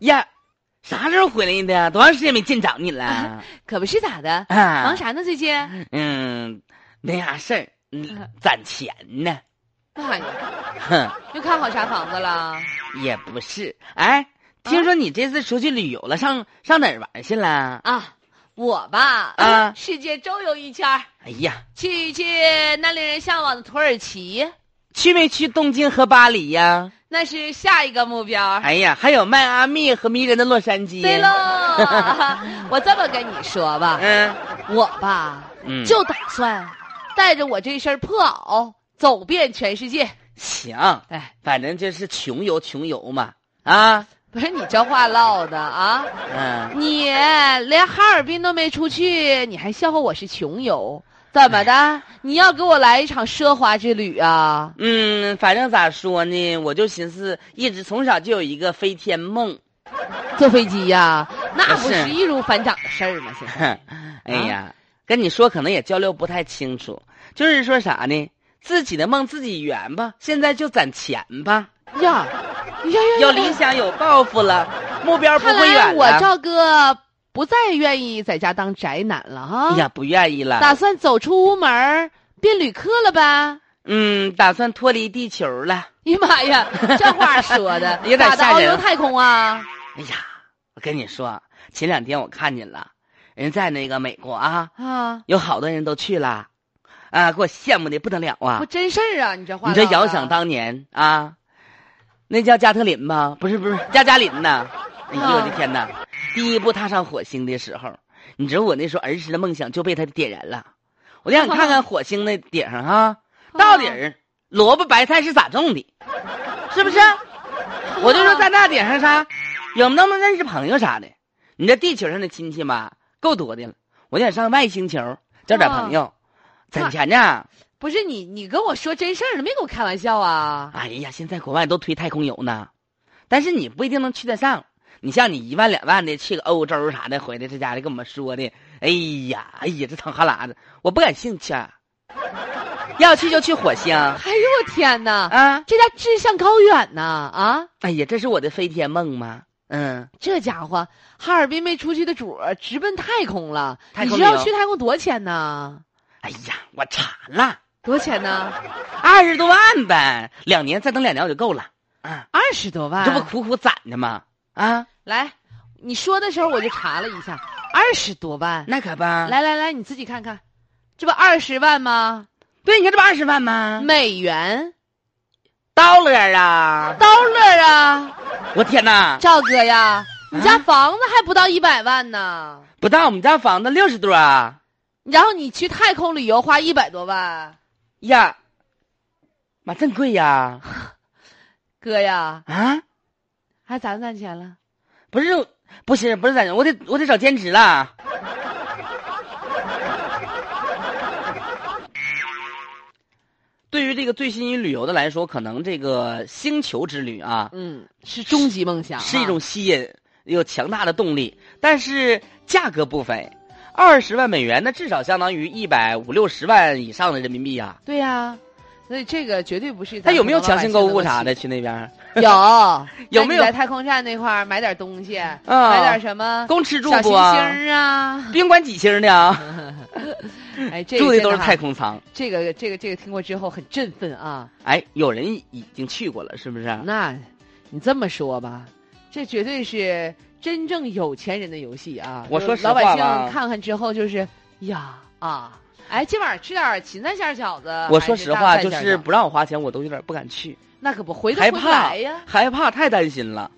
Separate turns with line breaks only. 呀，啥时候回来的？多长时间没见着你了？
啊可不是咋的，
啊
忙啥呢？最近，
嗯，没啥事儿，嗯
嗯，
攒钱呢。
哎呀，
哼，
又看好啥房子了？
也不是。哎，听说你这次出去旅游了，上上哪儿玩去了？
啊，我吧，
啊
世界周游一圈儿，
哎呀，
去去那令人向往的土耳其，
去没去东京和巴黎呀？
那是下一个目标。
哎呀，还有迈阿密和迷人的洛杉矶。
对喽， 我这么跟你说吧，
嗯
我吧
嗯，
就打算带着我这身破袄走遍全世界。
行，
哎，
反正就是穷游穷游嘛。啊，
不是你这话唠的啊！
嗯，
你连哈尔滨都没出去，你还笑话我是穷游？怎么的？你要给我来一场奢华之旅啊？
嗯，反正咋说呢，我就寻思，一直从小就有一个飞天梦。
坐飞机呀、那不
是
是易如反掌的事儿吗？现在
哼，
啊
哎呀，跟你说可能也交流不太清楚，就是说啥呢？自己的梦自己圆吧，现在就攒钱吧，
呀呀呀！
有理想有抱负了，目标不
看
会
来
远
我
了。
赵哥不再愿意在家当宅男了哈。
哎呀，不愿意
打
了，
算走出屋门儿变旅客了呗？
嗯，打算脱离地球了。
哎呀妈呀，这话说 的
有点
咋的
吓
遨
人
游太空啊？
哎呀，我跟你说，前两天我看见了，人在那个美国啊，
啊，
有好多人都去了，啊，给我羡慕的不得了啊
不！真事儿啊！你这话，
你这遥想，当年啊，那叫加特林吧？不是不是，加加林呐！哎呦
啊
我的天呐！第一步踏上火星的时候，你知道我那时候儿时的梦想就被他点燃了。我就想看看火星那顶上啊，
嗯
到底儿萝卜白菜是咋种的，是不是？我就说在那顶上啥，有能不能认识朋友啥的？你这地球上的亲戚吧，够多的了。我就想上外星球交点朋友，攒钱呢。
不是你，你跟我说真事儿呢，没跟我开玩笑啊？
哎呀，现在国外都推太空游呢，但是你不一定能去得上。你像你一万两万的去个欧洲啥的，回来这家里跟我们说的，哎呀，哎呀，这淌哈喇子，我不感兴趣、啊。要去就去火星啊！
哎呦我天哪，这家志向高远呐啊！
哎呀，这是我的飞天梦吗？嗯，
这家伙，哈尔滨没出去的主儿直奔太空了。
太
你
空
知道
旅游
去太空多少钱呢？
哎呀，我馋了，
多少钱呢？
二十多万呗，两年再等两年我就够了。啊，
二十多万。
这不苦苦攒着吗？啊，
来，你说的时候我就查了一下，二十多万。
那可不，来，
来来来，你自己看看，这不二十万吗？
对，你看这不二十万吗？
美元、
刀了啊！
dollar 啊，
我天哪！
赵哥呀，你家房子还不到一百万呢，
不到我们家房子六十多啊！
然后你去太空旅游花一百多万，
呀，妈真贵呀！
哥呀，
啊，
还攒不攒钱了？
不是，不是，不是咋的？我得我得找兼职了。 对于这个最新与旅游的来说，可能这个星球之旅啊，
嗯，是终极梦想啊，
是一种吸引有强大的动力，但是价格不菲，二十万美元那至少相当于一百五六十万以上的人民币啊！
对呀、所以这个绝对不是
他
咱
有没有
普通
强
老百
行
姓
购物啥
的
的去那边？，
东西？有
有
那你
没有
在太空站那块儿买点东西，
啊哎
买点什么
供吃住
小
不
行
啊？
星啊？
宾馆几星的啊？
哎， 这个
住的都
真
是
哈
太空舱。
这个这个这个听过之后很振奋啊！
哎，有人已经去过了，是不是？啊
那，你这么说吧，这绝对是真正有钱人的游戏啊！
我
就
说实
老百
话
姓
吧
看看之后就是呀啊，哎，今晚吃点芹菜馅儿饺子。
我
还
说
是
实
大
话，
蒜
就
馅儿
是
饺子
不让我花钱，我都有点不敢去，
那可不回都
害
回不
怕
来呀。，
害怕，太担心了。